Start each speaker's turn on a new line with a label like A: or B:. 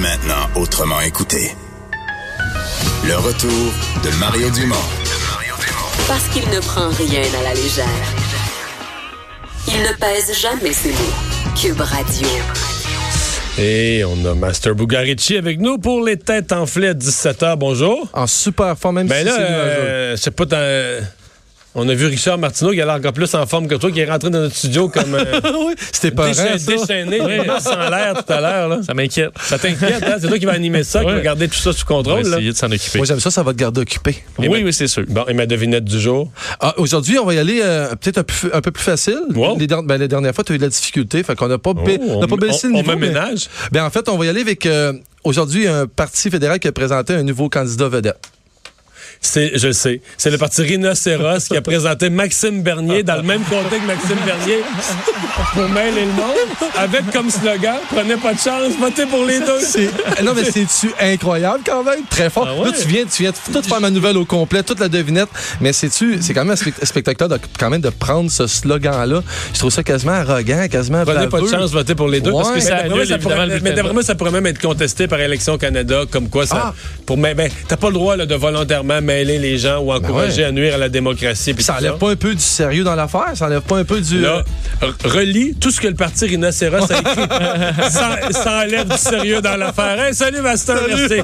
A: Maintenant, autrement écouté. Le retour de Mario Dumont.
B: Parce qu'il ne prend rien à la légère. Il ne pèse jamais ses mots. Cube Radio.
C: Et on a Master Bugarici avec nous pour les têtes enflées à 17h. Bonjour.
D: En super forme, même
C: Ben
D: si
C: là,
D: c'est nuageux.
C: euh, c'est pas dans- On a vu Richard Martineau qui a l'air encore plus en forme que toi, qui est rentré dans notre studio comme euh,
D: oui, c'était pas
C: décha-
D: vrai, ça.
C: déchaîné, vraiment sans l'air tout à l'heure. là.
E: Ça m'inquiète.
C: Ça t'inquiète, hein? c'est toi qui vas animer ça, qui
E: Ouais.
C: va garder tout ça sous
E: On va
C: contrôle. là.
E: essayer de s'en occuper.
D: Moi, j'aime ça, ça va te garder occupé.
E: Oui,
C: ben-
E: oui, c'est sûr.
C: Bon, et ma devinette du jour.
D: Ah, Aujourd'hui, on va y aller euh, peut-être un, peu- un peu plus facile.
C: Wow.
D: Les, dernières la dernière fois, tu as eu de la difficulté, fait qu'on n'a pas, ba-
C: Oh,
D: on n'a pas
C: on-
D: baissé
C: on-
D: le
C: on
D: niveau.
C: me
D: mais-
C: ménage?
D: Ben, en fait, on va y aller avec... euh, Aujourd'hui, un parti fédéral qui a présenté un nouveau candidat vedette.
C: C'est, je le sais, c'est le parti Rhinocéros qui a présenté Maxime Bernier dans le même comté que Maxime Bernier pour mêler le monde, avec comme slogan Prenez pas de chance, votez pour les deux.
D: C'est-
C: Eh,
D: non, mais c'est-tu incroyable quand même? Très fort.
C: Ah ouais?
D: Là, tu viens, tu viens tout faire ma nouvelle au complet, toute la devinette. Mais c'est-tu, c'est quand même un spect- spectaculaire de, quand même de prendre ce slogan-là. Je trouve ça quasiment arrogant, quasiment
C: Prenez pas de
D: baveux.
C: chance, votez pour les deux. parce
D: Ouais.
C: que
D: Mais
C: ça,
E: d'après
C: annule,
E: moi, ça
C: évidemment,
E: pourrait-
C: le bulletin
E: mais
C: de
E: d'après
C: vote.
E: moi,
C: ça pourrait même être contesté par Élection Canada, comme quoi ça.
D: Ah!
C: Pour, mais, ben, t'as pas le droit là, de volontairement mêler les gens ou encourager
D: ouais.
C: à nuire à la démocratie. puis
D: Ça
C: tout
D: enlève pas un peu du sérieux dans l'affaire? Ça enlève pas un peu du. euh,
C: Là, r- relis tout ce que le parti Rhinocéros a écrit. ça, ça enlève du sérieux dans l'affaire. Hey, salut, Master, merci.